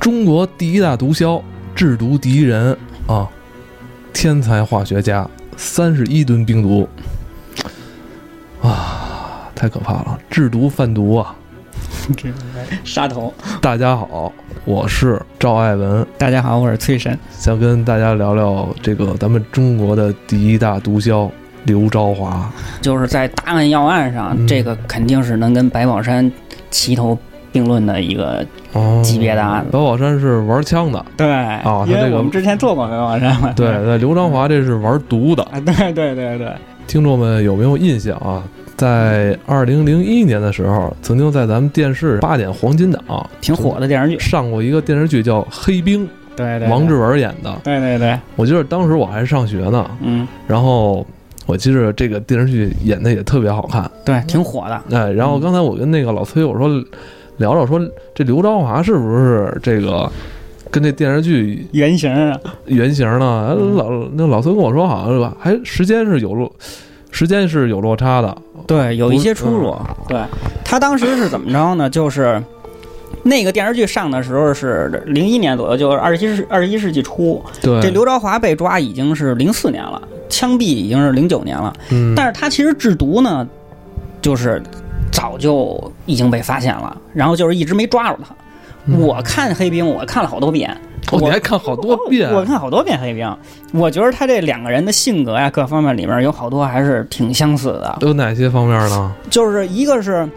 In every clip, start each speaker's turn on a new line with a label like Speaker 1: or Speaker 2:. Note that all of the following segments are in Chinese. Speaker 1: 中国第一大毒枭，制毒第一人啊，天才化学家，三十一吨冰毒，啊，太可怕了！制毒贩毒啊！
Speaker 2: 这 杀头。
Speaker 1: 大家好，我是赵爱文，
Speaker 2: 大家好，我是翠神。
Speaker 1: 想跟大家聊聊这个咱们中国的第一大毒枭刘昭华。
Speaker 2: 就是在大案要案上，
Speaker 1: 嗯
Speaker 2: 这个肯定是能跟白宝山齐头并论的一个。
Speaker 1: 哦
Speaker 2: 级别的案子
Speaker 1: 白宝山是玩枪 的，
Speaker 2: 对，
Speaker 1: 哦他
Speaker 2: 因
Speaker 1: 这
Speaker 2: 为
Speaker 1: 个
Speaker 2: 我们之前做过白宝山嘛。
Speaker 1: 对，那刘章华这是玩毒的。
Speaker 2: 啊， 对对对对，
Speaker 1: 听众们有没有印象啊？在二零零一年的时候，曾经在咱们电视八点黄金档
Speaker 2: 挺火的电视剧。
Speaker 1: 上过一个电视剧叫《黑冰
Speaker 2: 对对》，对
Speaker 1: 王志。文演的。
Speaker 2: 对对对，
Speaker 1: 我记得当时我还上学呢，
Speaker 2: 嗯，
Speaker 1: 然后我记着这个电视剧演的也特别好看。
Speaker 2: 对，挺火的。
Speaker 1: 哎，然后刚才我跟那个老崔我说聊聊说，这刘昭华是不是这个跟这电视剧
Speaker 2: 原型啊，
Speaker 1: 原型呢？哎
Speaker 2: 嗯
Speaker 1: 老那老崔跟我说，好像是吧，还时间是有落，时间是有落差的。
Speaker 2: 对，有一些出入。
Speaker 1: 嗯
Speaker 2: 对他当时是怎么着呢？就是那个电视剧上的时候是零一年左右，就是二十一世二十一世纪初。
Speaker 1: 对，
Speaker 2: 这刘朝华被抓已经是零四年了，枪毙已经是零九年了。
Speaker 1: 嗯，
Speaker 2: 但是他其实制毒呢，就是早就已经被发现了，然后就是一直没抓住他。
Speaker 1: 嗯
Speaker 2: 我看《黑冰》，我看了好多遍，
Speaker 1: 哦，你
Speaker 2: 我
Speaker 1: 还看好多遍，啊
Speaker 2: 我看好多遍《黑冰》，我觉得他这两个人的性格呀，各方面里面有好多还是挺相似的。
Speaker 1: 有哪些方面呢？
Speaker 2: 就是一个是，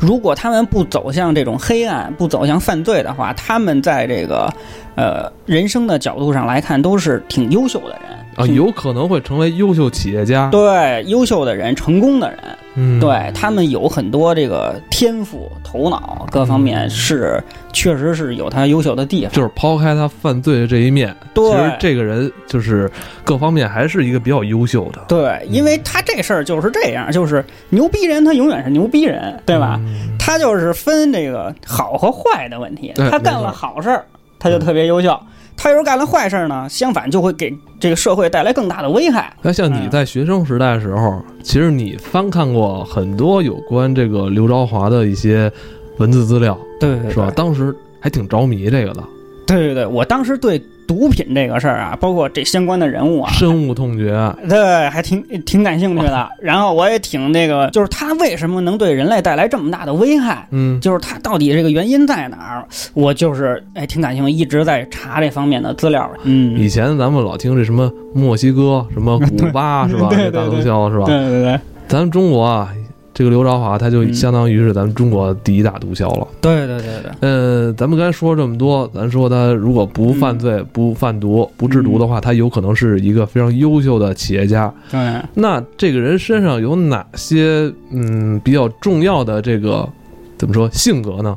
Speaker 2: 如果他们不走向这种黑暗，不走向犯罪的话，他们在这个呃人生的角度上来看，都是挺优秀的人
Speaker 1: 啊，
Speaker 2: 挺
Speaker 1: 有可能会成为优秀企业家。
Speaker 2: 对优秀的人、成功的人，
Speaker 1: 嗯，
Speaker 2: 对他们有很多这个天赋、头脑各方
Speaker 1: 嗯
Speaker 2: 面是确实是有他优秀的地方。
Speaker 1: 就是抛开他犯罪的这一面，其实
Speaker 2: 对。
Speaker 1: 这个人就是各方面还是一个比较优秀的，
Speaker 2: 对，因为他这事儿就是这样，就是牛逼人，他永远是牛逼人，对吧？
Speaker 1: 嗯？
Speaker 2: 他就是分这个好和坏的问题。
Speaker 1: 对
Speaker 2: 他干
Speaker 1: 没错
Speaker 2: 了
Speaker 1: 嗯
Speaker 2: 好事儿，他就特别优秀；他要是干了坏事儿呢，相反就会给这个社会带来更大的危害。
Speaker 1: 那像你
Speaker 2: 嗯
Speaker 1: 在学生时代的时候，其实你翻看过很多有关这个刘昭华的一些文字资料，
Speaker 2: 对对
Speaker 1: 是吧？？当时还挺着迷这个的，
Speaker 2: 对对对，我当时对毒品这个事儿啊，包括这相关的人物啊，
Speaker 1: 深恶痛绝。
Speaker 2: 对，还挺挺感兴趣 的。然后我也挺那个，就是他为什么能对人类带来这么大的危害？
Speaker 1: 嗯，
Speaker 2: 就是他到底这个原因在哪儿？我就是哎，挺感兴趣，一直在查这方面的资料。嗯，
Speaker 1: 以前咱们老听这什么墨西哥、什么古巴是吧？
Speaker 2: 对
Speaker 1: 这
Speaker 2: 对
Speaker 1: 大毒
Speaker 2: 对
Speaker 1: 枭是吧？
Speaker 2: 对对对
Speaker 1: 咱们中国啊，这个刘朝华他就
Speaker 2: 嗯
Speaker 1: 相当于是咱们中国第一大毒枭了。
Speaker 2: 对对对对，
Speaker 1: 呃，咱们刚才说这么多，咱说他如果不犯
Speaker 2: 嗯
Speaker 1: 罪、不贩毒、不制毒的话，他有可能是一个非常优秀的企业家。
Speaker 2: 对。
Speaker 1: 那这个人身上有哪些嗯比较重要的这个怎么说性格呢？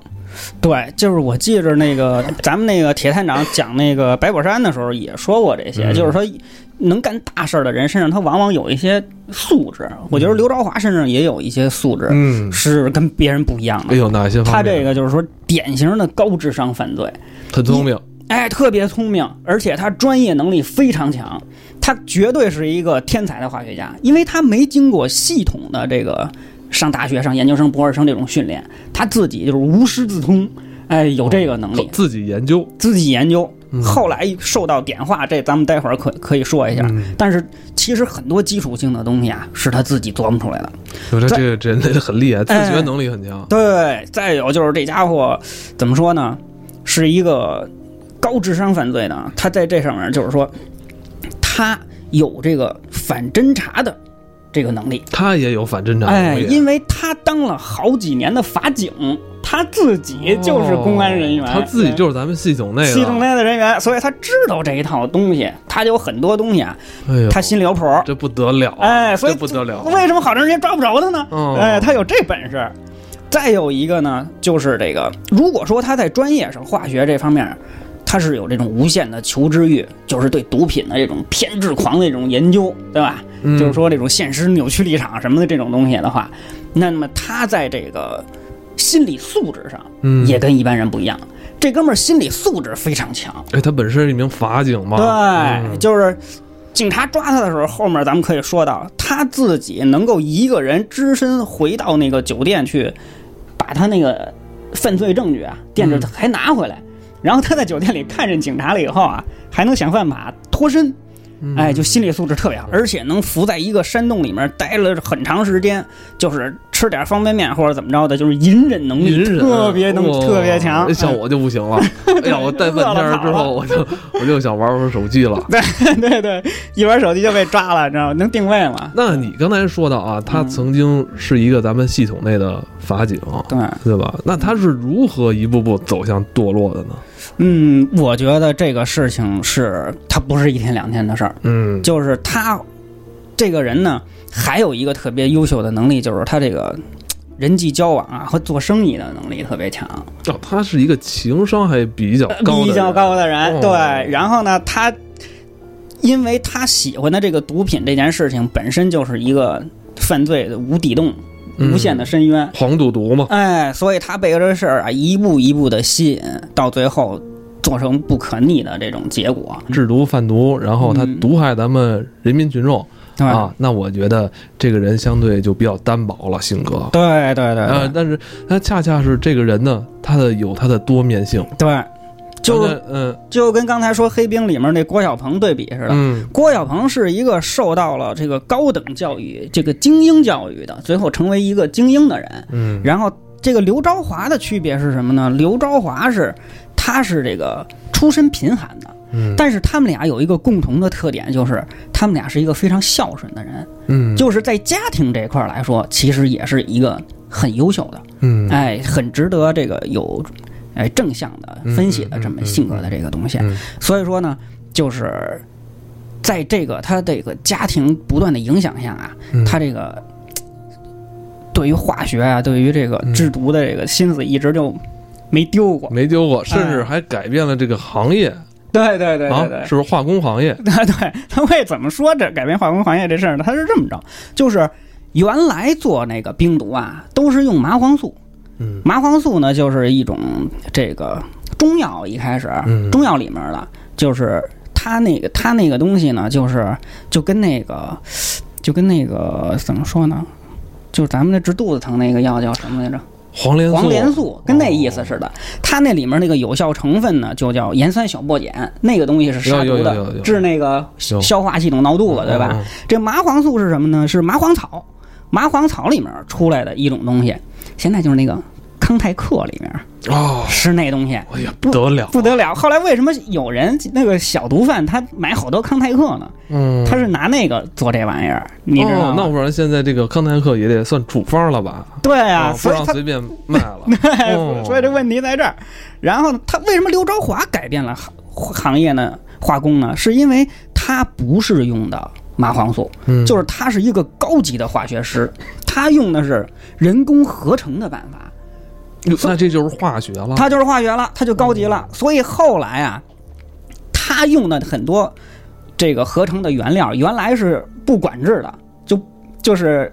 Speaker 2: 对，就是我记着那个咱们那个铁探长讲那个白宝山的时候也说过这些，
Speaker 1: 嗯
Speaker 2: 就是说能干大事儿的人身上他往往有一些素质。我觉得刘朝华身上也有一些素质，
Speaker 1: 嗯，
Speaker 2: 是跟别人不一样
Speaker 1: 哎
Speaker 2: 的。
Speaker 1: 呦，哪些方面？
Speaker 2: 他这个就是说典型的高智商犯罪，
Speaker 1: 很聪明，
Speaker 2: 哎，特别聪明，而且他专业能力非常强，他绝对是一个天才的化学家，因为他没经过系统的这个上大学、上研究生、博士生这种训练，他自己就是无师自通，哎，有这个能力。
Speaker 1: 自己研究。
Speaker 2: 自己研究，
Speaker 1: 嗯
Speaker 2: 后来受到点化，这咱们待会儿可可以说一下。
Speaker 1: 嗯，
Speaker 2: 但是其实很多基础性的东西啊，是他自己琢磨出来的。
Speaker 1: 我说
Speaker 2: 在
Speaker 1: 这个这人很厉害，自
Speaker 2: 哎
Speaker 1: 觉能力很强。
Speaker 2: 对，再有就是这家伙怎么说呢，是一个高智商犯罪呢。他在这上面就是说，他有这个反侦查的这个能力。
Speaker 1: 他也有反侦查
Speaker 2: 哎，
Speaker 1: 能力，
Speaker 2: 因为他当了好几年的法警，他自己就是公安人员，
Speaker 1: 哦他自己就是咱们系统内的
Speaker 2: 系统内的人员，所以他知道这一套东西，他有很多东西啊，
Speaker 1: 哎呦，
Speaker 2: 他心里有谱儿。
Speaker 1: 这不得了啊，
Speaker 2: 哎，所以
Speaker 1: 这不得了啊，
Speaker 2: 为什么好长时间抓不着他呢？
Speaker 1: 哦
Speaker 2: 哎，他有这本事。再有一个呢，就是这个，如果说他在专业上化学这方面，他是有这种无限的求知欲，就是对毒品的这种偏执狂的这种研究，对吧？
Speaker 1: 嗯
Speaker 2: 就是说这种现实扭曲立场什么的这种东西的话，那么他在这个心理素质上
Speaker 1: 嗯
Speaker 2: 也跟一般人不一样。这哥们儿心理素质非常强，
Speaker 1: 哎，他本身是一名法警嘛，
Speaker 2: 对，
Speaker 1: 嗯
Speaker 2: 就是警察抓他的时候，后面咱们可以说到，他自己能够一个人只身回到那个酒店去，把他那个犯罪证据啊，垫着
Speaker 1: 嗯
Speaker 2: 还拿回来。然后他在酒店里看见警察了以后啊，还能想办法脱身，哎，就心理素质特别好，
Speaker 1: 嗯
Speaker 2: 而且能伏在一个山洞里面待了很长时间，就是吃点方便面或者怎么着的，就是隐忍能
Speaker 1: 隐
Speaker 2: 力
Speaker 1: 忍嗯啊
Speaker 2: 特别能
Speaker 1: 哇
Speaker 2: 特别强。哎
Speaker 1: 像我就不行了。哎呀，我待半天儿之后，我就我就想玩会儿手机了。
Speaker 2: 对对，一玩手机就被抓了，你知道吗？能定位嘛？
Speaker 1: 那你刚才说到啊，他
Speaker 2: 嗯
Speaker 1: 曾经是一个咱们系统内的法警，
Speaker 2: 对，
Speaker 1: 对吧？那他是如何一步步走向堕落的呢？
Speaker 2: 嗯，我觉得这个事情是它不是一天两天的事儿，
Speaker 1: 嗯，
Speaker 2: 就是他这个人呢，还有一个特别优秀的能力，就是他这个人际交往啊和做生意的能力特别强，
Speaker 1: 哦，他是一个情商还比较高的，
Speaker 2: 呃比较。高的人。
Speaker 1: 哦
Speaker 2: 对，然后呢，他因为他喜欢的这个毒品这件事情本身就是一个犯罪的无底洞、
Speaker 1: 嗯
Speaker 2: 无限的深渊，
Speaker 1: 黄赌毒嘛，
Speaker 2: 哎，所以他被这事儿啊一步一步的吸引，到最后做成不可逆的这种结果，
Speaker 1: 制毒贩毒，然后他
Speaker 2: 嗯哎
Speaker 1: 毒害咱们人民群众、
Speaker 2: 对吧？
Speaker 1: 啊。那我觉得这个人相对就比较单薄了，性格。
Speaker 2: 对对对
Speaker 1: 呃，
Speaker 2: 对
Speaker 1: 但是他恰恰是这个人呢，他的有他的多面性，
Speaker 2: 对，就
Speaker 1: 咱嗯
Speaker 2: 就跟刚才说《黑冰》里面那郭小鹏对比似的。
Speaker 1: 嗯
Speaker 2: 郭小鹏是一个受到了这个高等教育、这个精英教育的，最后成为一个精英的人。
Speaker 1: 嗯
Speaker 2: 然后这个刘昭华的区别是什么呢？刘昭华是他是这个出身贫寒的，
Speaker 1: 嗯
Speaker 2: 但是他们俩有一个共同的特点，就是他们俩是一个非常孝顺的人，
Speaker 1: 嗯，
Speaker 2: 就是在家庭这块儿来说，其实也是一个很优秀的，
Speaker 1: 嗯
Speaker 2: 哎，很值得这个有哎正向的分析的这么性格的这个东西。
Speaker 1: 嗯
Speaker 2: 所以说呢，就是在这个他这个家庭不断的影响下啊，
Speaker 1: 嗯
Speaker 2: 他这个嘖对于化学啊，对于这个制毒的这个心思一直就没丢过。
Speaker 1: 没丢过，甚至还改变了这个行业
Speaker 2: 对对哎对对
Speaker 1: 啊，
Speaker 2: 对。
Speaker 1: 是不是化工行业？
Speaker 2: 对 对，他为怎么说这改变化工行业这事儿呢？他是这么着，就是原来做那个冰毒啊，都是用麻黄素。
Speaker 1: 嗯
Speaker 2: 麻黄素呢，就是一种这个中药，一开始
Speaker 1: 嗯
Speaker 2: 中药里面的，就是它那个它那个东西呢，就是就跟那个就跟那个怎么说呢？就是咱们那治肚子疼那个药叫什么来着？
Speaker 1: 黄连素，哦
Speaker 2: 黄连素，跟那意思似的。它那里面那个有效成分呢，就叫盐酸小檗碱，那个东西是杀
Speaker 1: 有有
Speaker 2: 毒
Speaker 1: 有有
Speaker 2: 的
Speaker 1: 有，嗯
Speaker 2: 治那个
Speaker 1: 行
Speaker 2: 消化系统闹肚子，对吧？？这麻黄素是什么呢？是麻黄草，麻黄草里面出来的一种东西，现在就是那个康泰克里面
Speaker 1: 哦，
Speaker 2: 吃那东西。
Speaker 1: 哎呀，不得了，
Speaker 2: 不得了！后来为什么有人那个小毒贩他买好多康泰克呢？
Speaker 1: 嗯，
Speaker 2: 他是拿那个做这玩意儿，你知道
Speaker 1: 哦，
Speaker 2: 吗？
Speaker 1: 那不然现在这个康泰克也得算处方了吧？
Speaker 2: 对啊，
Speaker 1: 哦不
Speaker 2: 所以
Speaker 1: 让
Speaker 2: 他
Speaker 1: 随便卖 了。哦
Speaker 2: 所以这问题在这儿。然后呢他为什么刘朝华改变了行行业呢？化工呢？是因为他不是用的麻黄素，
Speaker 1: 嗯
Speaker 2: 就是他是一个高级的化学师，他用的是人工合成的办法，
Speaker 1: 哟那这就是化学了。
Speaker 2: 他就是化学了，他就高级了。所以后来啊，他用的很多这个合成的原料，原来是不管制的，就就是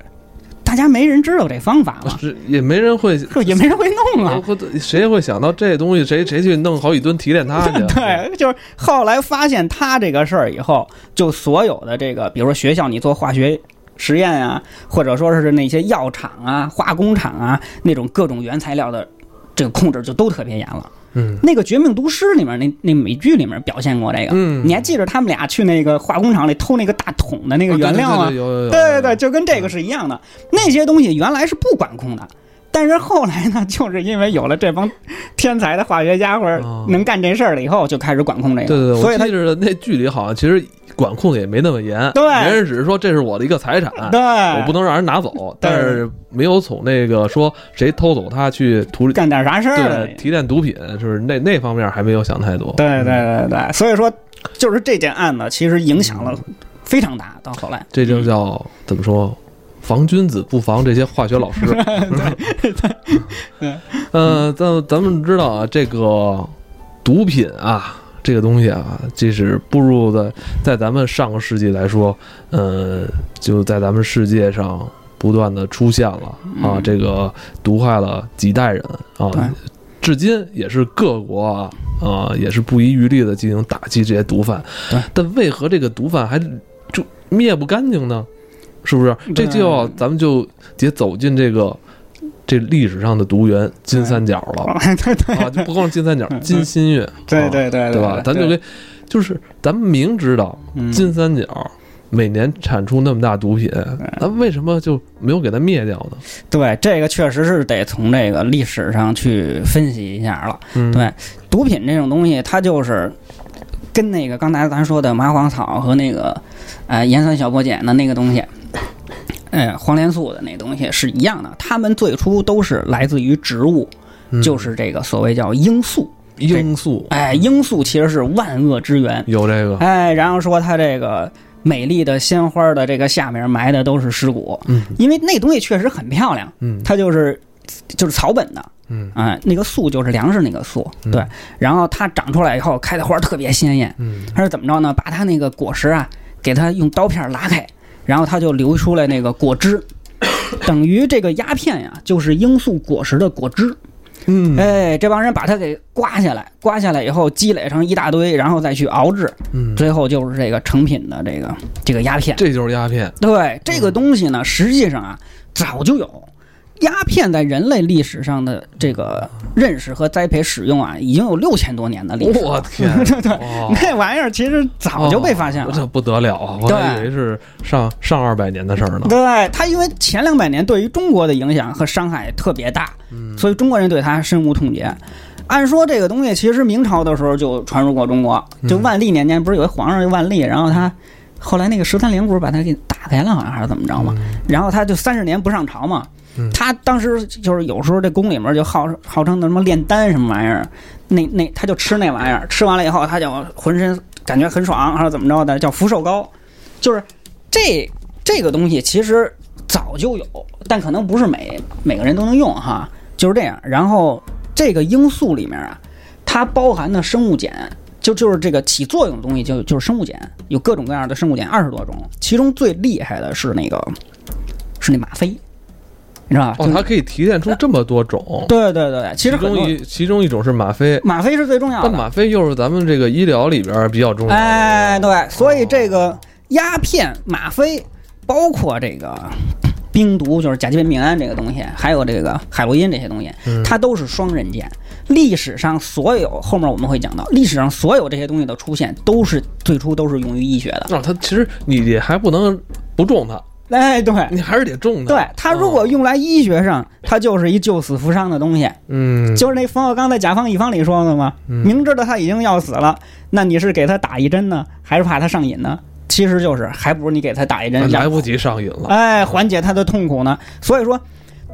Speaker 2: 大家没人知道这方法 了
Speaker 1: ，是也没人会，
Speaker 2: 是吧也没人会弄啊。
Speaker 1: 会谁会想到这东西？谁谁去弄好几吨提炼它去？ 啊
Speaker 2: 对，就是后来发现他这个事儿以后，就所有的这个，比如说学校你做化学实验啊，或者说是那些药厂啊、化工厂啊那种各种原材料的这个控制就都特别严了。
Speaker 1: 嗯
Speaker 2: 那个《绝命毒师》里面那那美剧里面表现过这个，
Speaker 1: 嗯，
Speaker 2: 你还记着他们俩去那个化工厂里偷那个大桶的
Speaker 1: 那
Speaker 2: 那个原料吗？
Speaker 1: 有有有，
Speaker 2: 对对对，就跟这个是一样的。那些东西原来是不管控的，但是后来呢，就是因为有了这帮天才的化学家或者
Speaker 1: 哦
Speaker 2: 能干这事儿了以后，就开始管控这个。
Speaker 1: 对对对，
Speaker 2: 所以
Speaker 1: 我
Speaker 2: 他
Speaker 1: 记着那剧里好像其实管控也没那么严，
Speaker 2: 对
Speaker 1: 别人只是说这是我的一个财产，
Speaker 2: 对，
Speaker 1: 啊我不能让人拿走，
Speaker 2: 对
Speaker 1: 但是没有从那个说谁偷走它去图
Speaker 2: 干点啥事儿了
Speaker 1: 对。提炼毒品，就是那那方面还没有想太多。
Speaker 2: 对对
Speaker 1: 嗯
Speaker 2: 对对，所以说就是这件案子其实影响了非常大，到后来。
Speaker 1: 嗯这就叫怎么说？防君子不防这些化学老 师。
Speaker 2: 对
Speaker 1: 呃，咱咱们知道啊，这个毒品啊，这个东西啊，这是步入的，在咱们上个世纪来说，呃，就在咱们世界上不断的出现了啊，
Speaker 2: 嗯
Speaker 1: 这个毒害了几代人啊
Speaker 2: 对，
Speaker 1: 至今也是各国啊。啊、也是不遗余力的进行打击这些毒贩
Speaker 2: 对，
Speaker 1: 但为何这个毒贩还就灭不干净呢？是不是？这
Speaker 2: 对
Speaker 1: 就要咱们就得走进这个这历史上的毒源金三角了
Speaker 2: 对对
Speaker 1: 啊，就不光是金 三角，
Speaker 2: 嗯
Speaker 1: 金新月，
Speaker 2: 对
Speaker 1: 啊
Speaker 2: 对对
Speaker 1: 对吧？咱就给，就是咱们明知道
Speaker 2: 嗯
Speaker 1: 金三角每年产出那么大毒品，咱为什么就没有给它灭掉呢？
Speaker 2: 对这个确实是得从这个历史上去分析一下了。
Speaker 1: 嗯，
Speaker 2: 对毒品这种东西，它就是跟那个刚才咱说的麻黄草和那个呃盐酸小檗碱的那个东西，呃黄连素的那东西是一样的。它们最初都是来自于植物，
Speaker 1: 嗯
Speaker 2: 就是这个所谓叫罂粟。
Speaker 1: 罂粟，
Speaker 2: 哎，罂粟其实是万恶之源。
Speaker 1: 有这个，
Speaker 2: 哎，然后说它这个美丽的鲜花的这个下面埋的都是尸骨，
Speaker 1: 嗯
Speaker 2: 因为那东西确实很漂亮，
Speaker 1: 嗯
Speaker 2: 它就是就是草本的，
Speaker 1: 嗯
Speaker 2: 啊、那个粟就是粮食那个粟，
Speaker 1: 嗯
Speaker 2: 对，然后它长出来以后开的花特别鲜艳，
Speaker 1: 嗯，
Speaker 2: 它是怎么着呢？把它那个果实啊，给它用刀片拉开，然后它就流出来那个果汁。 等于这个鸦片呀、就是罂粟果实的果汁。
Speaker 1: 嗯
Speaker 2: 哎，这帮人把它给刮下来，刮下来以后积累成一大堆，然后再去熬制，
Speaker 1: 嗯，
Speaker 2: 最后就是这个成品的这个这个鸦片。
Speaker 1: 这就是鸦片，
Speaker 2: 对这
Speaker 1: 嗯
Speaker 2: 个东西呢，实际上啊早就有。鸦片在人类历史上的这个认识和栽培使用啊，已经有六千多年的历史了。
Speaker 1: 我天， 哦
Speaker 2: 那玩意儿其实早就被发现
Speaker 1: 哦
Speaker 2: 了。
Speaker 1: 这不得了啊！我还以
Speaker 2: 对
Speaker 1: 为是上上二百年的事儿呢。
Speaker 2: 对它，因为前两百年对于中国的影响和伤害特别大，
Speaker 1: 嗯
Speaker 2: 所以中国人对它深恶痛绝。按说这个东西其实明朝的时候就传入过中国，
Speaker 1: 嗯
Speaker 2: 就万历年间不是有一皇上叫万历，然后他后来那个十三陵不是把他给打开了，好像还是怎么着嘛，然后他就三十年不上朝嘛
Speaker 1: 嗯。
Speaker 2: 他当时就是有时候这宫里面就号号称那什么炼丹什么玩意儿，那那他就吃那玩意儿，吃完了以后他就浑身感觉很爽，还是怎么着的，叫福寿膏，就是这这个东西其实早就有，但可能不是每每个人都能用哈，就是这样。然后这个罂粟里面啊，它包含的生物碱，就就是这个起作用的东西就就是生物碱，有各种各样的生物碱，二十多种，其中最厉害的是那个是那吗啡，你知道吧？
Speaker 1: 哦，
Speaker 2: 就是
Speaker 1: 它可以提炼出这么多种，
Speaker 2: 对对对对，其实
Speaker 1: 其中
Speaker 2: 很多嗯
Speaker 1: 一其中一种是吗啡，
Speaker 2: 吗啡是最重要
Speaker 1: 但
Speaker 2: 的。
Speaker 1: 吗啡又是咱们这个医疗里边儿比较重要的。
Speaker 2: 哎，对，所以这个鸦片、吗啡，包括这个冰毒，就是甲基苯丙胺这个东西，还有这个海洛因这些东西，它都是双刃剑。历史上所有后面我们会讲到，历史上所有这些东西的出现，都是最初都是用于医学的。
Speaker 1: 那它其实你也还不能不种它，
Speaker 2: 哎，对。
Speaker 1: 你还是得种它。
Speaker 2: 对它如果
Speaker 1: 哦
Speaker 2: 用来医学上，它就是一救死扶伤的东西，
Speaker 1: 嗯，
Speaker 2: 就是那冯小刚在《甲方乙方》里说的嘛，明知道他已经要死了，那你是给他打一针呢，还是怕他上瘾呢？其实就是还不如你给他打一针，
Speaker 1: 来
Speaker 2: 让
Speaker 1: 不及上瘾了。
Speaker 2: 哎缓解他的痛苦呢。所以说，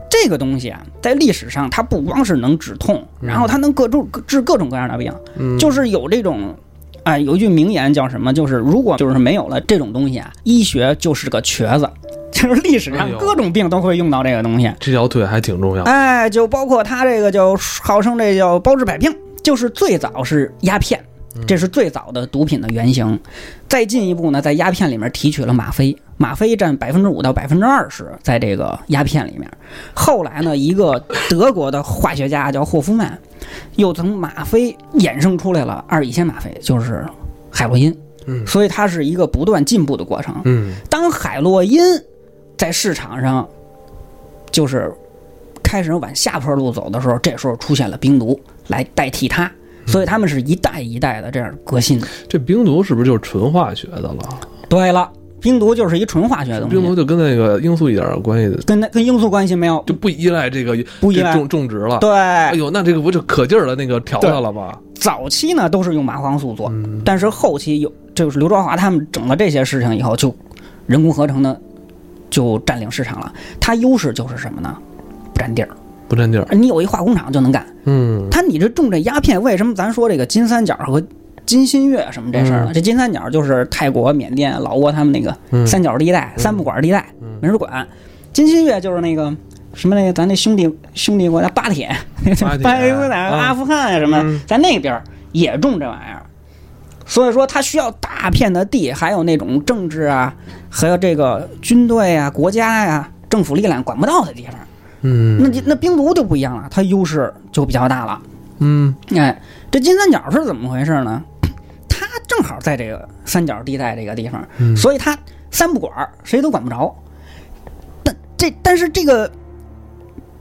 Speaker 2: 这个东西啊，在历史上它不光是能止痛，
Speaker 1: 嗯
Speaker 2: 然后它能各种治各种各样的病，就是有这种。哎，有一句名言叫什么？就是如果就是没有了这种东西啊，医学就是个瘸子， 就是历史
Speaker 1: 哎
Speaker 2: 上
Speaker 1: 呦
Speaker 2: 各种病都会用到这个东西。
Speaker 1: 这条腿还挺重要。
Speaker 2: 哎，就包括他这个叫号称这叫包治百病，就是最早是鸦片，
Speaker 1: 嗯
Speaker 2: 这是最早的毒品的原型。再进一步呢，在鸦片里面提取了吗啡，吗啡占百分之五到百分之二十，在这个鸦片里面。后来呢，一个德国的化学家叫霍夫曼，又从吗啡衍生出来了二乙酰吗啡，就是海洛因。
Speaker 1: 嗯
Speaker 2: 所以它是一个不断进步的过程。
Speaker 1: 嗯
Speaker 2: 当海洛因在市场上就是开始往下坡路走的时候，这时候出现了冰毒来代替它，
Speaker 1: 嗯
Speaker 2: 所以他们是一代一代的这样革新的。
Speaker 1: 这冰毒是不是就是纯化学的了？
Speaker 2: 对了，冰毒就是一纯化学的东西，
Speaker 1: 冰毒就跟那个罂粟一点儿关系
Speaker 2: 跟那跟罂粟关系没有，
Speaker 1: 就不依赖这个
Speaker 2: 不依赖
Speaker 1: 这种种植了。
Speaker 2: 对，
Speaker 1: 哎呦，那这个不就可劲儿的那个调料了吧？
Speaker 2: 早期呢都是用麻黄素做，
Speaker 1: 嗯
Speaker 2: 但是后期有就是刘壮华他们整了这些事情以后，就人工合成的就占领市场了。它优势就是什么呢？不占地儿，
Speaker 1: 不占地儿。
Speaker 2: 你有一化工厂就能干。
Speaker 1: 嗯
Speaker 2: 他你这种这鸦片，为什么咱说这个金三角和金新月什么这事儿呢？这金三角就是泰国、缅甸、老挝他们那个
Speaker 1: 嗯
Speaker 2: 三角地带、三不管地带、美术馆；金新月就是那个什么那个咱那兄弟兄弟国家巴铁、
Speaker 1: 巴铁
Speaker 2: 巴基斯坦、
Speaker 1: 啊
Speaker 2: 阿富汗呀什么，在那边儿也种这玩意儿。所以说，它需要大片的地，还有那种政治啊，还有这个军队啊、国家呀、政府力量管不到的地方。
Speaker 1: 嗯
Speaker 2: 那那冰毒就不一样了，它优势就比较大了。
Speaker 1: 嗯
Speaker 2: 哎，这金三角是怎么回事呢？ 它正好在这个三角地带这个地方，所以它三不管儿，谁都管不着。但这但是这个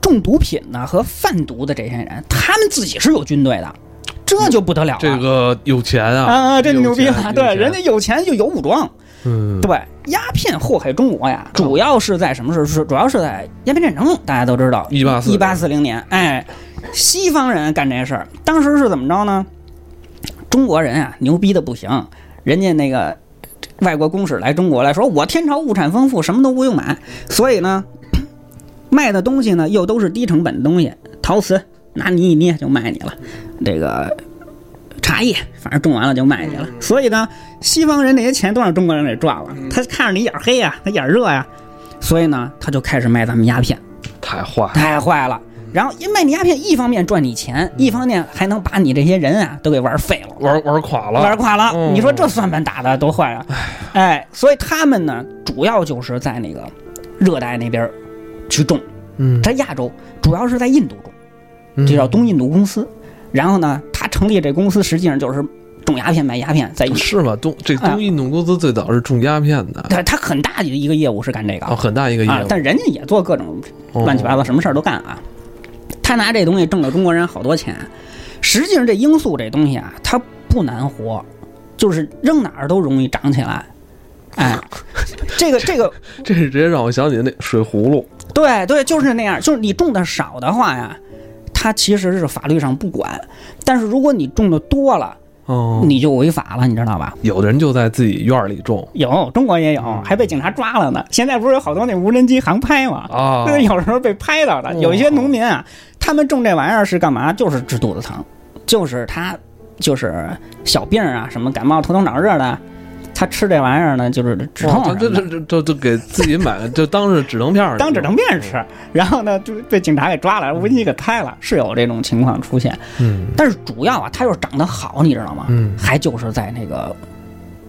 Speaker 2: 种用毒品呢和贩毒的这些人，他们自己是有军队的，这就不得了了。
Speaker 1: 这个有钱啊！
Speaker 2: 啊啊，这
Speaker 1: 有
Speaker 2: 牛逼
Speaker 1: 钱
Speaker 2: 了！
Speaker 1: 有
Speaker 2: 对，
Speaker 1: 钱
Speaker 2: 人家有钱就有武装。
Speaker 1: 嗯，
Speaker 2: 对，鸦片祸害中国呀，主要是在什么时候？是主要是在鸦片战争，大家都知道，
Speaker 1: 1840
Speaker 2: 一八四零年，哎，西方人干这事儿，当时是怎么着呢？中国人啊，牛逼的不行，人家那个外国公使来中国来说，我天朝物产丰富，什么都不用买，所以呢， 卖的东西呢又都是低成本的东西，陶瓷拿泥一捏就卖你了，这个茶叶反正种完了就卖你了，所以呢，西方人那些钱都让中国人给赚了，他看着你眼儿黑呀、啊他眼儿热呀、所以呢，他就开始卖咱们鸦片，
Speaker 1: 太坏了，
Speaker 2: 太坏了。然后因为卖你鸦片，一方面赚你
Speaker 1: 嗯
Speaker 2: 钱，一方面还能把你这些人啊都给玩废了。
Speaker 1: 玩玩垮了，
Speaker 2: 玩垮了。
Speaker 1: 嗯
Speaker 2: 你说这算盘打的多坏啊！哎，所以他们呢，主要就是在那个热带那边儿去种，
Speaker 1: 嗯，
Speaker 2: 在亚洲主要是在印度种，
Speaker 1: 嗯
Speaker 2: 这叫东印度公司。然后呢，他成立这公司实际上就是种鸦片卖鸦片，在印度
Speaker 1: 是吗？东这
Speaker 2: 啊
Speaker 1: 东印度公司最早是种鸦片的，
Speaker 2: 他他很大的一个业务是干这个
Speaker 1: 啊，很大一个业
Speaker 2: 啊，
Speaker 1: 务，
Speaker 2: 但人家也做各种
Speaker 1: 哦
Speaker 2: 乱七八糟，什么事儿都干啊。他拿这东西挣了中国人好多钱。实际上，这罂粟这东西啊，它不难活，就是扔哪儿都容易长起来。 哎，这个这个，
Speaker 1: 这直接让我想起那水葫芦，
Speaker 2: 对对，就是那样。就是你种的少的话呀，它其实是法律上不管；但是如果你种的多了，
Speaker 1: 哦，
Speaker 2: 你就违法了，你知道吧？
Speaker 1: 有的人就在自己院儿里种
Speaker 2: 有中国也有，还被警察抓了呢。现在不是有好多那无人机航拍吗？
Speaker 1: 啊，
Speaker 2: 那有时候被拍到的。有
Speaker 1: 哦
Speaker 2: 一些农民啊，他们种这玩意儿是干嘛？就是治肚子疼，就是他就是小病啊，什么感冒、头疼脑热的，他吃这玩意儿呢，就是止痛
Speaker 1: 哇
Speaker 2: 什
Speaker 1: 这
Speaker 2: 么的
Speaker 1: 这这这这给自己买，就当是止疼片儿，
Speaker 2: 当止疼片吃，
Speaker 1: 哦
Speaker 2: 然后呢就被警察给抓了，无人机给开了，是有这种情况出现。
Speaker 1: 嗯，
Speaker 2: 但是主要啊，他就是长得好，你知道吗？
Speaker 1: 嗯
Speaker 2: 还就是在那个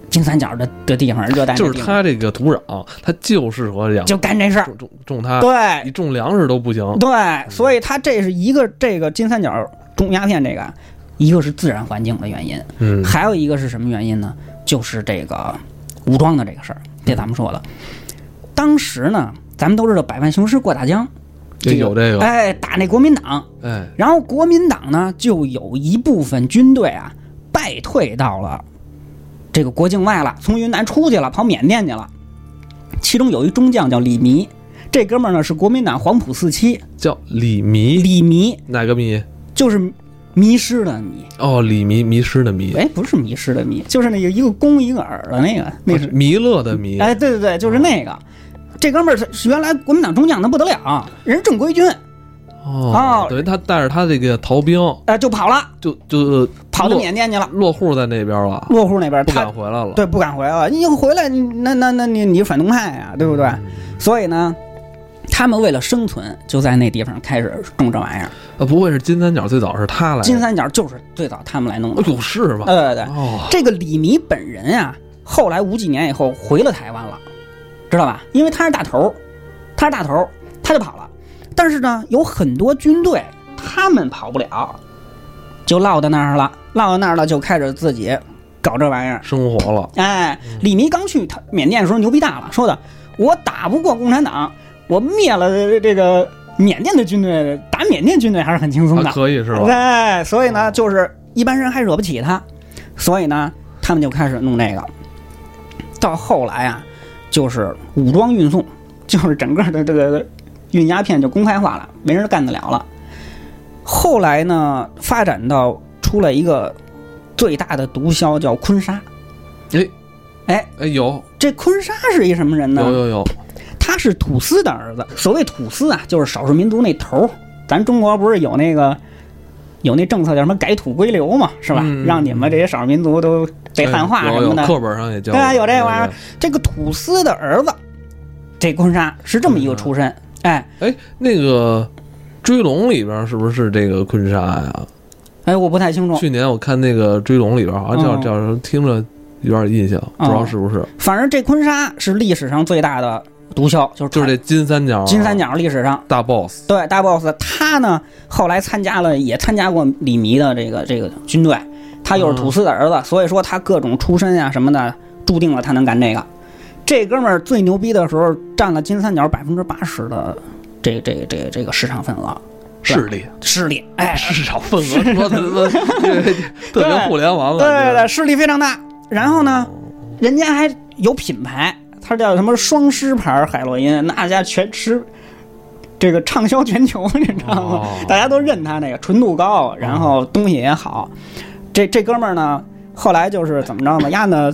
Speaker 2: 金三角的的地方，热带那
Speaker 1: 就是
Speaker 2: 地方
Speaker 1: 它这个土壤，它就适合养
Speaker 2: 就干这事儿，
Speaker 1: 种种种它，
Speaker 2: 对，
Speaker 1: 你种粮食都不行，
Speaker 2: 对，所以它这是一个这个金三角种鸦片这个，一个是自然环境的原因，
Speaker 1: 嗯
Speaker 2: 还有一个是什么原因呢？就是这个武装的这个事儿，这咱们说了。当时呢，咱们都知道百万雄师过大江，
Speaker 1: 就有这个，
Speaker 2: 哎，打那国民党，
Speaker 1: 哎，
Speaker 2: 然后国民党呢就有一部分军队啊败退到了这个国境外了，从云南出去了，跑缅甸去了。其中有一中将叫李弥，这哥们儿呢是国民党黄埔四期，
Speaker 1: 叫李迷，
Speaker 2: 李弥
Speaker 1: 哪个迷？
Speaker 2: 就是迷失的迷，
Speaker 1: 哦，李迷迷失的迷，
Speaker 2: 哎，不是迷失的迷，就是那个一个弓一个耳的那个，那是，
Speaker 1: 弥勒的弥，
Speaker 2: 哎，对对对，就是那
Speaker 1: 啊
Speaker 2: 个。这哥们儿是原来国民党中将，那不得了，人正规军，
Speaker 1: 哦
Speaker 2: 哦，
Speaker 1: 等于他带着他这个逃兵，
Speaker 2: 呃，就跑了，
Speaker 1: 就就
Speaker 2: 跑到
Speaker 1: 落
Speaker 2: 缅甸去了，
Speaker 1: 落户在那边了，
Speaker 2: 落户那边，
Speaker 1: 不
Speaker 2: 他
Speaker 1: 敢回来了。
Speaker 2: 对不敢回来了，你回来，你那那那你你反动派啊，对不对？
Speaker 1: 嗯
Speaker 2: 所以呢，他们为了生存，就在那地方开始种这玩意儿。
Speaker 1: 啊，不会是金三角最早是他来的？
Speaker 2: 金三呃角就是最早他们来弄的
Speaker 1: 哎，呦是吗？
Speaker 2: 对对对。
Speaker 1: 哦，
Speaker 2: 这个李弥本人啊，后来五几年以后回了台湾了，知道吧？因为他是大头，他是大头，他就跑了。但是呢，有很多军队他们跑不了，就落到那儿了，落到那儿了就开始自己搞这玩意儿。
Speaker 1: 生活了，
Speaker 2: 哎，
Speaker 1: 嗯
Speaker 2: 李弥刚去他缅甸的时候牛逼大了，说的我打不过共产党，我灭了这个缅甸的军队，打缅甸军队还是很轻松的
Speaker 1: 啊、。可以是吧？啊
Speaker 2: 对，哎所以呢，就是一般人还惹不起他，所以呢，他们就开始弄这个。到后来啊，就是武装运送，就是整个的这个运鸦片就公开化了，没人干得了了。后来呢，发展到出了一个最大的毒枭叫坤沙。
Speaker 1: 哎
Speaker 2: 哎，
Speaker 1: 哎，有
Speaker 2: 这坤沙是一什么人呢？
Speaker 1: 有有有，
Speaker 2: 他是土司的儿子。所谓土司啊，就是少数民族那头儿。咱中国不是有那个有那政策叫什么改土归流嘛，是吧？
Speaker 1: 嗯
Speaker 2: 让你们这些少数民族都得汉化
Speaker 1: 哎
Speaker 2: 什
Speaker 1: 有有
Speaker 2: 么的。
Speaker 1: 课本上也教哎
Speaker 2: 对啊，有这玩意
Speaker 1: 儿
Speaker 2: 儿。。这个土司的儿子，这坤沙是这么一个出身。哎
Speaker 1: 哎，那个《追龙》里边是不是这个啊坤沙呀？
Speaker 2: 哎，我不太清楚，
Speaker 1: 去年我看那个《追龙》里边好像叫
Speaker 2: 嗯
Speaker 1: 叫什么，听着有点印象，不知道是不是，
Speaker 2: 反正这坤沙是历史上最大的毒枭，就是
Speaker 1: 就是这金三角，
Speaker 2: 金三角历史上。
Speaker 1: 大 boss。
Speaker 2: 对，大 boss 他呢，后来参加了，也参加过李弥的这个这个军队，他又是土司的儿子，
Speaker 1: 嗯
Speaker 2: 所以说他各种出身啊什么的，注定了他能干这个。这哥们儿最牛逼的时候，占了金三角百分之八十的这这这这个市场份额
Speaker 1: 势 力、
Speaker 2: 势力，哎，
Speaker 1: 市场份额，说的特别互联网
Speaker 2: 对对
Speaker 1: 感觉
Speaker 2: 对，势力非常大。然后呢，人家还有品牌，它叫什么双狮牌海洛因，那家全吃，这个畅销全球，你知道吗？
Speaker 1: 哦
Speaker 2: 大家都认它那个纯度高，然后东西也好。这这哥们儿呢，后来就是怎么着呢？丫呢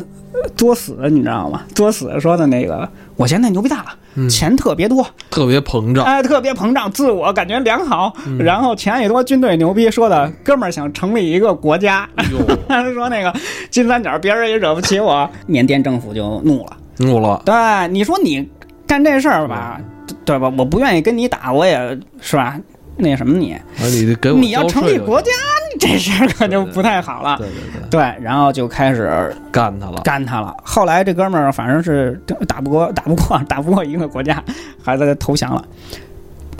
Speaker 2: 作死，你知道吗？作死说的那个，我现在牛逼大了，钱特别多，
Speaker 1: 嗯特别膨胀。
Speaker 2: 哎，特别膨胀，自我感觉良好，然后钱也多，军队牛逼。说的哥们儿想成立一个国家，
Speaker 1: 哟，
Speaker 2: 他说那个金三角，别人也惹不起我。缅甸政府就怒了，
Speaker 1: 怒了，
Speaker 2: 对，你说你干这事儿吧，
Speaker 1: 嗯
Speaker 2: 对对吧？我不愿意跟你打，我也是吧？那什么你，
Speaker 1: 啊，你这给我
Speaker 2: 你要
Speaker 1: 交
Speaker 2: 成
Speaker 1: 税
Speaker 2: 立
Speaker 1: 就
Speaker 2: 国家，啊你这事儿可就不太好了。
Speaker 1: 对对对，
Speaker 2: 对，然后就开始
Speaker 1: 干他了，
Speaker 2: 干他了。后来这哥们儿反正是打不过，打不过，打不过一个国家，还在投降了。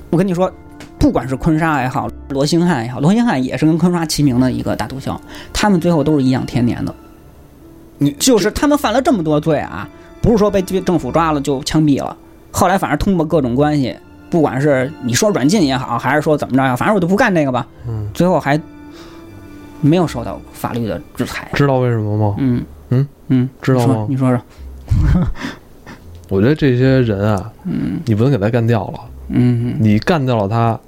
Speaker 2: 我跟你说，不管是坤沙也好，罗兴汉也好，罗兴汉也是跟坤沙齐名的一个大毒枭，他们最后都是颐养天年的。
Speaker 1: 你
Speaker 2: 就是他们犯了这么多罪啊，不是说被政府抓了就枪毙了，后来反正通过各种关系，不管是你说软禁也好，还是说怎么着呀，反正我就不干这个吧，
Speaker 1: 嗯，
Speaker 2: 最后还没有受到法律的制裁。
Speaker 1: 知道为什么吗？
Speaker 2: 嗯
Speaker 1: 嗯
Speaker 2: 嗯，
Speaker 1: 知道
Speaker 2: 你说
Speaker 1: 吗
Speaker 2: 你说说，
Speaker 1: 我觉得这些人啊，
Speaker 2: 嗯
Speaker 1: 你不能给他干掉了，
Speaker 2: 嗯。
Speaker 1: 你干掉了他，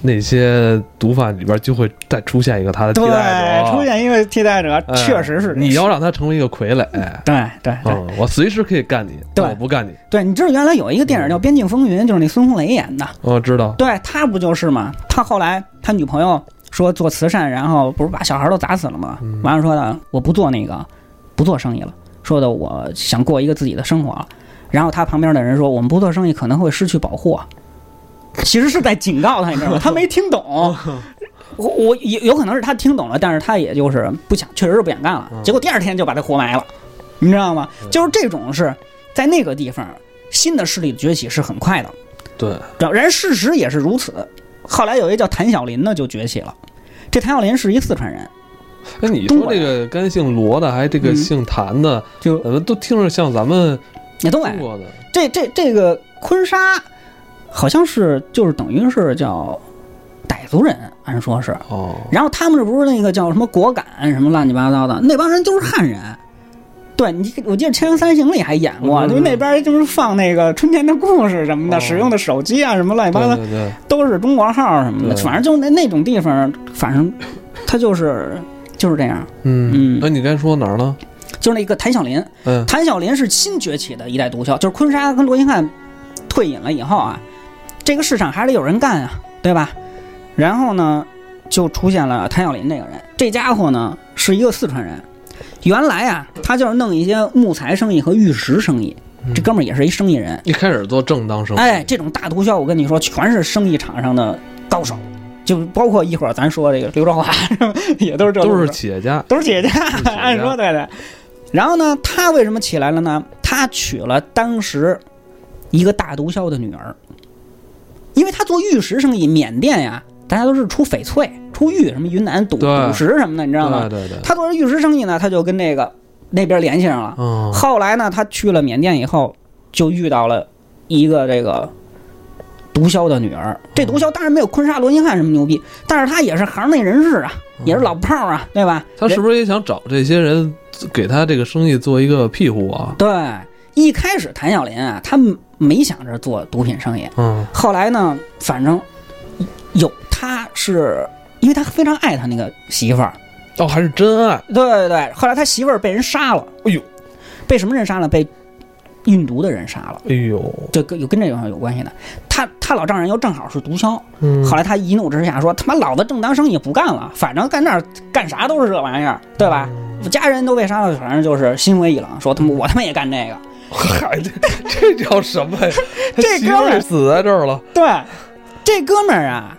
Speaker 1: 那些毒贩里边就会再出现一个他的替
Speaker 2: 对，
Speaker 1: 代者，
Speaker 2: 出现一个替代者，
Speaker 1: 哎
Speaker 2: 确实是这
Speaker 1: 你
Speaker 2: 样
Speaker 1: 要让他成为一个傀儡。
Speaker 2: 对对对、
Speaker 1: 嗯，我随时可以干你，
Speaker 2: 对
Speaker 1: 但我不干你。
Speaker 2: 对，你知道原来有一个电影叫《边境风云》，就是那孙红雷演的，
Speaker 1: 我哦知道，
Speaker 2: 对他不就是吗？他后来他女朋友说做慈善，然后不是把小孩都砸死了吗？完了说的我不做那个，不做生意了，说的我想过一个自己的生活了。然后他旁边的人说我们不做生意可能会失去保护，啊其实是在警告他，你知道吗？他没听懂。我我有有可能是他听懂了，但是他也就是不想，确实是不想干了。结果第二天就把他活埋了，你知道吗？就是这种是在那个地方，新的势力的崛起是很快的。
Speaker 1: 对，
Speaker 2: 对，然事实也是如此。后来有一个叫谭小林的就崛起了，这谭小林是一四川人，
Speaker 1: 那哎你
Speaker 2: 东
Speaker 1: 说
Speaker 2: 北
Speaker 1: 这个跟姓罗的，还这个
Speaker 2: 嗯
Speaker 1: 姓谭的，
Speaker 2: 就
Speaker 1: 怎么都听着像咱们
Speaker 2: 也东
Speaker 1: 中
Speaker 2: 北。
Speaker 1: 国的？
Speaker 2: 这这这个坤沙好像是就是等于是叫傣族人，按说是。
Speaker 1: 哦，
Speaker 2: 然后他们这不是那个叫什么果敢什么乱七八糟的，那帮人都是汉人。对你，我记得《锵锵三人行》里还演过，
Speaker 1: 嗯嗯
Speaker 2: 就是那边就是放那个春天的故事什么的，
Speaker 1: 哦
Speaker 2: 使用的手机啊什么乱七八糟
Speaker 1: 对对对，
Speaker 2: 都是中国号什么的，
Speaker 1: 对
Speaker 2: 反正就那那种地方，反正 他就是就是这样，嗯
Speaker 1: 嗯，那你刚才说哪儿了？
Speaker 2: 就是那个谭小林，
Speaker 1: 嗯，
Speaker 2: 谭小林是新崛起的一代毒枭，就是坤沙跟罗兴汉退隐了以后啊，这个市场还得有人干啊，对吧？然后呢，就出现了谭小林这个人，这家伙呢是一个四川人，原来啊他就是弄一些木材生意和玉石生意，这哥们儿也是一生意人，
Speaker 1: 一开始做正当生意，
Speaker 2: 哎，这种大毒枭，我跟你说，全是生意场上的高手，就包括一会儿咱说这个刘德华，也都是这路
Speaker 1: 都是
Speaker 2: 子
Speaker 1: 企业家，
Speaker 2: 都是姐姐，
Speaker 1: 姐家
Speaker 2: 按说对的。然后呢，他为什么起来了呢？他娶了当时一个大毒枭的女儿，因为他做玉石生意，缅甸呀，大家都是出翡翠、出玉，什么云南赌
Speaker 1: 对
Speaker 2: 赌石什么的，你知道吗
Speaker 1: 对？对对，
Speaker 2: 他做这玉石生意呢，他就跟那个那边联系上了。
Speaker 1: 嗯，
Speaker 2: 后来呢，他去了缅甸以后，就遇到了一个这个毒枭的女儿。这毒枭当然没有坤沙罗金汉什么牛逼，但是他也是行内人士啊，也是老炮儿啊，对吧？
Speaker 1: 嗯他是
Speaker 2: 人
Speaker 1: 不是也想找这些人给他这个生意做一个庇护啊？
Speaker 2: 对？一开始谭小林啊，他没想着做毒品生意，
Speaker 1: 嗯，
Speaker 2: 后来呢，反正有他是因为他非常爱他那个媳妇儿，
Speaker 1: 哦，还是真爱，
Speaker 2: 对对对。后来他媳妇儿被人杀了，
Speaker 1: 哎呦，
Speaker 2: 被什么人杀了？被运毒的人杀了。
Speaker 1: 哎呦，
Speaker 2: 这跟有跟这种有关系的。他他老丈人又正好是毒枭，
Speaker 1: 嗯
Speaker 2: 后来他一怒之下说：“他妈老子正当生意不干了，反正干那儿干啥都是这玩意儿，对吧？
Speaker 1: 嗯
Speaker 2: 我家人都被杀了，反正就是心灰意冷，说他妈我他妈也干这个。
Speaker 1: 嗨， 这这叫什么呀？他
Speaker 2: 这
Speaker 1: 媳
Speaker 2: 哥
Speaker 1: 妇
Speaker 2: 们儿
Speaker 1: 儿死在这儿了，”
Speaker 2: 对，这哥们儿啊，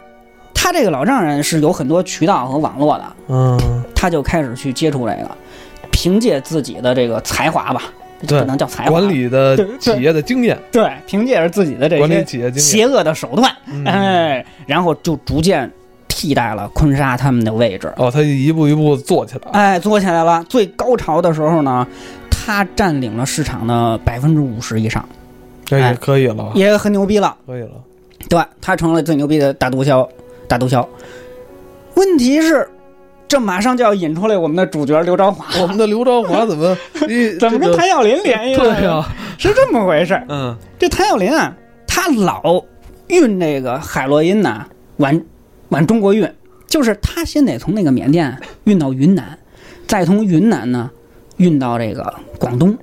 Speaker 2: 他这个老丈人是有很多渠道和网络的，
Speaker 1: 嗯，
Speaker 2: 他就开始去接触这个，凭借自己的这个才华吧，
Speaker 1: 对
Speaker 2: 不能叫才华，
Speaker 1: 管理的
Speaker 2: 对对
Speaker 1: 企业的经验，
Speaker 2: 对，凭借着自己的这
Speaker 1: 管理
Speaker 2: 些
Speaker 1: 企业经验，
Speaker 2: 邪恶的手段，
Speaker 1: 嗯
Speaker 2: 哎，然后就逐渐替代了坤沙他们的位置。
Speaker 1: 哦，他一步一步做起来了，
Speaker 2: 哎，做起来了。最高潮的时候呢，他占领了市场的百分之五十以上，
Speaker 1: 这也可以了，
Speaker 2: 也很牛逼了。
Speaker 1: 可以了，
Speaker 2: 对吧？他成了最牛逼的大毒枭，大毒枭。问题是，这马上就要引出来我们的主角刘朝华，
Speaker 1: 我们的刘朝华怎么你
Speaker 2: 怎么
Speaker 1: 这
Speaker 2: 跟
Speaker 1: 个
Speaker 2: 谭耀林联系了？
Speaker 1: 对呀，
Speaker 2: 是这么回事儿。
Speaker 1: 嗯
Speaker 2: 这谭耀林啊，他老运这个海洛因呐、往往中国运，就是他先得从那个缅甸运到云南，再从云南呢运到这个广东，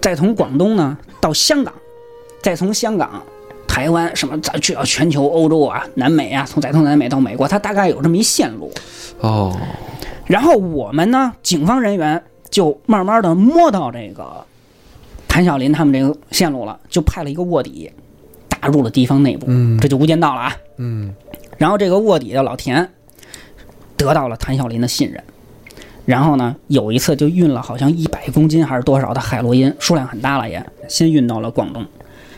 Speaker 2: 再从广东呢到香港，再从香港。台湾什么，咱去到全球、欧洲啊、南美啊，从再从南美到美国，他大概有这么一线路。
Speaker 1: 哦，
Speaker 2: 然后我们呢，警方人员就慢慢的摸到这个谭晓林他们这个线路了，就派了一个卧底打入了敌方内部，
Speaker 1: 嗯
Speaker 2: 这就无间道了啊。
Speaker 1: 嗯
Speaker 2: 然后这个卧底的老田得到了谭晓林的信任，然后呢，有一次就运了好像一百公斤还是多少的海洛因，数量很大了也，先运到了广东，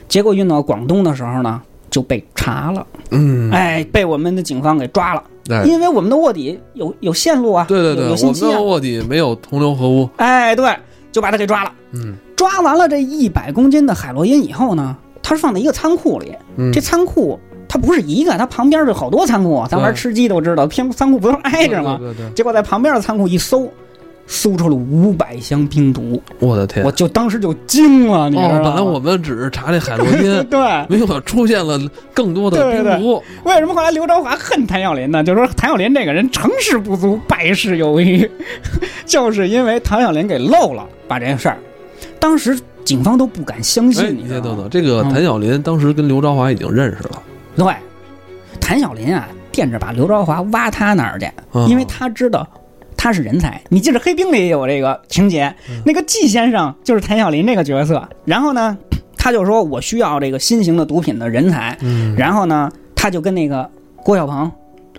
Speaker 2: 结果运到广东的时候呢，就被查了，
Speaker 1: 嗯，
Speaker 2: 哎，被我们的警方给抓了，
Speaker 1: 哎
Speaker 2: 因为我们的卧底有有线路啊，
Speaker 1: 对对
Speaker 2: 有
Speaker 1: 对，
Speaker 2: 有
Speaker 1: 我
Speaker 2: 信
Speaker 1: 们
Speaker 2: 息啊
Speaker 1: 的，卧底没有同流合污，
Speaker 2: 哎，对，就把他给抓了。
Speaker 1: 嗯
Speaker 2: 抓完了这一百公斤的海洛因以后呢，他是放在一个仓库里。
Speaker 1: 嗯
Speaker 2: 这仓库它不是一个，它旁边儿有好多仓库啊。咱玩
Speaker 1: 对
Speaker 2: 吃鸡都知道，偏仓库不都是挨着吗？
Speaker 1: 对对对，
Speaker 2: 结果在旁边的仓库一搜，搜出了五百箱冰毒，
Speaker 1: 我的天
Speaker 2: 我！就当时就惊了，你知
Speaker 1: 哦
Speaker 2: 道吗？
Speaker 1: 哦，本来我们只是查这海洛因，
Speaker 2: 对，
Speaker 1: 没有出现了更多的
Speaker 2: 对对
Speaker 1: 冰毒。
Speaker 2: 为什么后来刘朝华恨谭耀林呢？就是说谭耀林这个人成事不足，败事有余， 就是因为谭耀林给漏了，把这事儿，当时警方都不敢相
Speaker 1: 哎，
Speaker 2: 信，
Speaker 1: 你
Speaker 2: 知
Speaker 1: 先
Speaker 2: 道
Speaker 1: 等
Speaker 2: 吗？
Speaker 1: 等，这个
Speaker 2: 嗯
Speaker 1: 谭晓林当时跟刘朝华已经认识了，
Speaker 2: 对，谭晓林啊，惦着把刘朝华挖他那儿去，
Speaker 1: 嗯
Speaker 2: 因为他知道他是人才。你记着《黑冰》里也有这个情节，
Speaker 1: 嗯
Speaker 2: 那个季先生就是谭晓林这个角色。然后呢，他就说我需要这个新型的毒品的人才。
Speaker 1: 嗯
Speaker 2: 然后呢，他就跟那个郭晓鹏、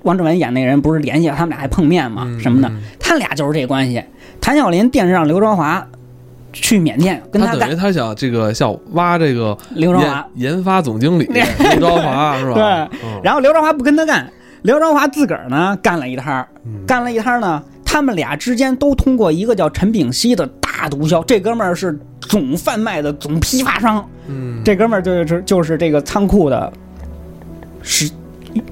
Speaker 2: 王志文演那人不是联系，他们俩还碰面嘛
Speaker 1: 嗯
Speaker 2: 什么的，
Speaker 1: 嗯
Speaker 2: 他俩就是这关系。谭晓林惦着让刘朝华去缅甸跟
Speaker 1: 他等
Speaker 2: 干
Speaker 1: 于，他想这个想挖这个
Speaker 2: 刘朝华
Speaker 1: 研研发总经理
Speaker 2: 对
Speaker 1: 刘朝华是吧？
Speaker 2: 对
Speaker 1: 嗯，
Speaker 2: 然后刘朝华不跟他干，刘朝华自个儿呢干了一摊儿，
Speaker 1: 嗯
Speaker 2: 干了一摊儿呢，他们俩之间都通过一个叫陈炳熙的大毒枭，这哥们儿是总贩卖的总批发商，
Speaker 1: 嗯
Speaker 2: 这哥们儿就是就是这个仓库的，是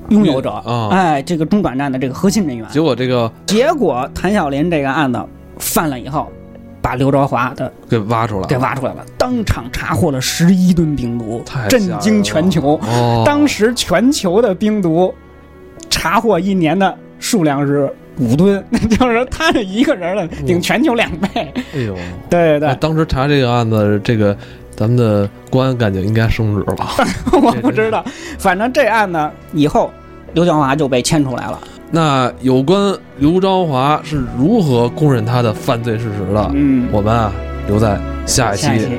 Speaker 2: 拥有者
Speaker 1: 啊
Speaker 2: 哎，这个中转站的这个核心人员。
Speaker 1: 结果这个
Speaker 2: 结果谭晓林这个案子犯了以后，把刘朝华的
Speaker 1: 给挖出来
Speaker 2: 给
Speaker 1: 了，
Speaker 2: 挖出来了，当场查获了十一吨冰毒
Speaker 1: 太，吓人
Speaker 2: 震
Speaker 1: 了
Speaker 2: 惊全球。
Speaker 1: 哦，
Speaker 2: 当时全球的冰毒查获一年的数量是五吨， 就是他这一个人的顶全球两倍。
Speaker 1: 哎呦，
Speaker 2: 对对
Speaker 1: 那
Speaker 2: 对，
Speaker 1: 当时查这个案子，这个咱们的公安干警应该升职 了。
Speaker 2: 我不知道，反正这案呢以后。刘江华就被牵出来了，
Speaker 1: 那有关刘朝华是如何供认他的犯罪事实的，
Speaker 2: 嗯，
Speaker 1: 我们啊留在下一
Speaker 2: 下一
Speaker 1: 期
Speaker 2: 期